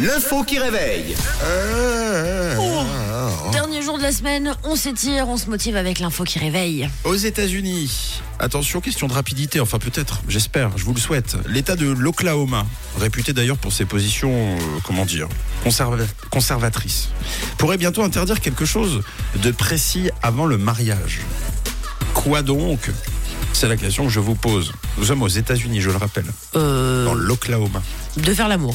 L'info qui réveille. Dernier jour de la semaine, on s'étire, on se motive avec l'info qui réveille. Aux États-Unis, attention, question de rapidité, enfin peut-être, j'espère, je vous le souhaite. L'État de l'Oklahoma, réputé d'ailleurs pour ses positions, euh, comment dire, conserva- conservatrices, pourrait bientôt interdire quelque chose de précis avant le mariage. Quoi donc C'est la question que je vous pose. Nous sommes aux États-Unis, je le rappelle, Euh, dans l'Oklahoma. de faire l'amour.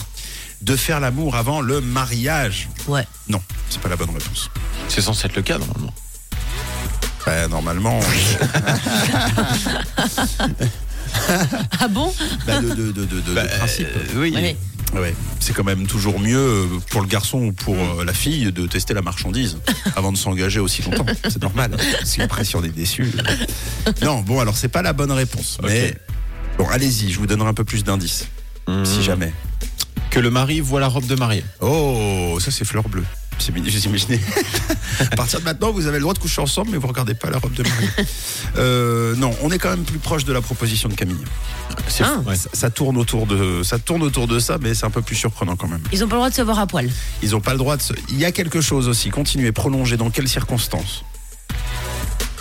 De faire l'amour avant le mariage. Ouais. Non, c'est pas la bonne réponse. C'est censé être le cas normalement. Bah, normalement. Ah bon bah, de, de- de- de- de principe. Euh, oui. Ouais, mais Ah Ouais, c'est quand même toujours mieux euh, pour le garçon ou pour euh, la fille de tester la marchandise avant de s'engager aussi longtemps. C'est normal. hein, Parce qu'après, si on est déçu. euh. Non, bon, alors c'est pas la bonne réponse. Mais bon, allez-y, je vous donnerai un peu plus d'indices. Si jamais. Hmm. Que le mari voit la robe de mariée. Oh, ça c'est fleur bleue. C'est mignon, Vous imaginez À partir de maintenant, vous avez le droit de coucher ensemble, mais vous regardez pas la robe de mariée. Euh, non, on est quand même plus proche de la proposition de Camille. C'est Ah. ouais. Ça, ça tourne autour de, ça tourne autour de ça, mais c'est un peu plus surprenant quand même. Ils ont pas le droit de se voir à poil. Ils n'ont pas le droit de se... Il y a quelque chose aussi, continuez, prolongez, dans quelles circonstances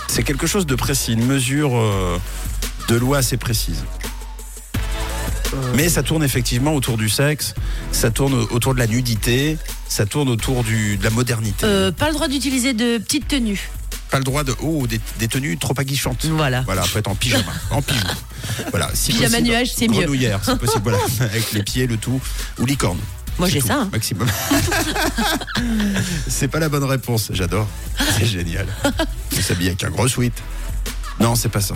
C'est quelque chose de précis, une mesure euh, de loi assez précise. Mais ça tourne effectivement autour du sexe, ça tourne autour de la nudité, ça tourne autour du, de la modernité. Euh, pas le droit d'utiliser de petites tenues. Pas le droit de... Oh, des, des tenues trop aguichantes. Voilà. Voilà, peut être en pyjama, en pyjama. Voilà, si Pyjama possible, nuage, c'est mieux. Grenouillère, c'est possible, voilà, avec les pieds, le tout, ou licorne. Moi, C'est j'ai tout, ça, hein. Maximum. c'est pas la bonne réponse, j'adore. C'est génial. On s'habille avec un gros sweat. Non, c'est pas ça.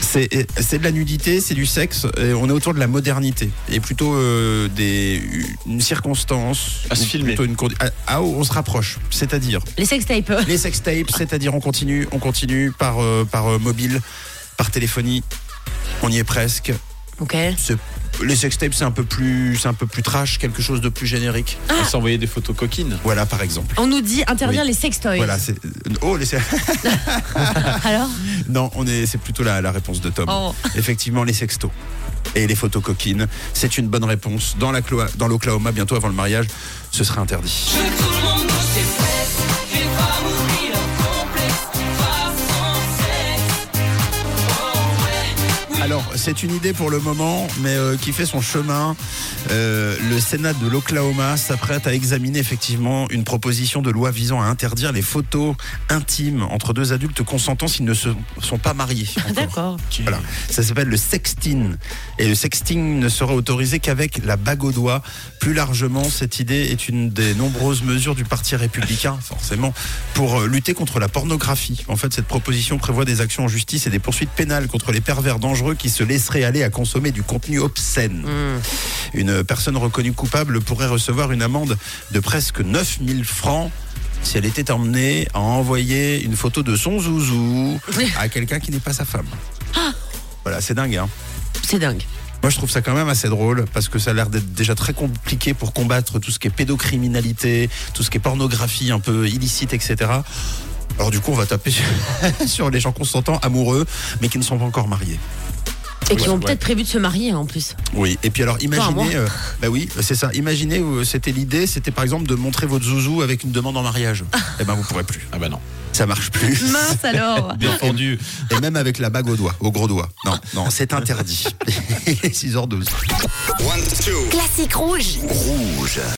C'est c'est de la nudité, c'est du sexe, et on est autour de la modernité. Et plutôt euh, des, une circonstance. À se ou filmer. plutôt une condi- ah, ah, on se rapproche. C'est-à-dire Les sextapes. les sex tapes, c'est-à-dire on continue, on continue par, euh, par euh, mobile, par téléphonie. On y est presque. Ok. C'est- Les sex tapes, c'est un peu plus, c'est un peu plus trash, quelque chose de plus générique. On s'envoyait des photos coquines. Voilà, par exemple. On nous dit interdire Oui. les sextoys. Voilà, c'est oh les sex- Alors non, on est, c'est plutôt la, la réponse de Tom. Oh. Effectivement, les sextos et les photos coquines, c'est une bonne réponse. Dans la Clo- dans l'Oklahoma, bientôt avant le mariage, ce sera interdit. Que tout le monde bouge ses fesses et va mourir en complexe, va sans cesse. Oh ouais. Alors, c'est une idée pour le moment, mais euh, qui fait son chemin. Euh, le Sénat de l'Oklahoma s'apprête à examiner effectivement une proposition de loi visant à interdire les photos intimes entre deux adultes consentants s'ils ne se- sont pas mariés. encore. D'accord. Voilà. Ça s'appelle le sexting. Et le sexting ne sera autorisé qu'avec la bague au doigt. Plus largement, cette idée est une des nombreuses mesures du Parti républicain, forcément, pour euh, lutter contre la pornographie. En fait, cette proposition prévoit des actions en justice et des poursuites pénales contre les pervers dangereux qui se laisseraient aller à consommer du contenu obscène. Une personne reconnue coupable pourrait recevoir une amende de presque 9000 francs si elle était emmenée à envoyer une photo de son zouzou à quelqu'un qui n'est pas sa femme. Voilà, c'est dingue. Hein. C'est dingue. Moi, je trouve ça quand même assez drôle parce que ça a l'air d'être déjà très compliqué pour combattre tout ce qui est pédocriminalité, tout ce qui est pornographie un peu illicite, etc. Alors du coup, on va taper sur- sur les gens consentants, amoureux, mais qui ne sont pas encore mariés. Et qui Ouais, ont ouais. peut-être prévu de se marier hein, en plus. Oui. Et puis alors, moi. imaginez, euh, bah oui, c'est ça. Imaginez, euh, c'était l'idée, c'était par exemple de montrer votre zouzou avec une demande en mariage. eh ben, vous pourrez plus. Ah bah non. Ça marche plus. Mince alors Défendu. Et même avec la bague au doigt, au gros doigt. Non, non, c'est interdit. Il est 6h12. Classique rouge.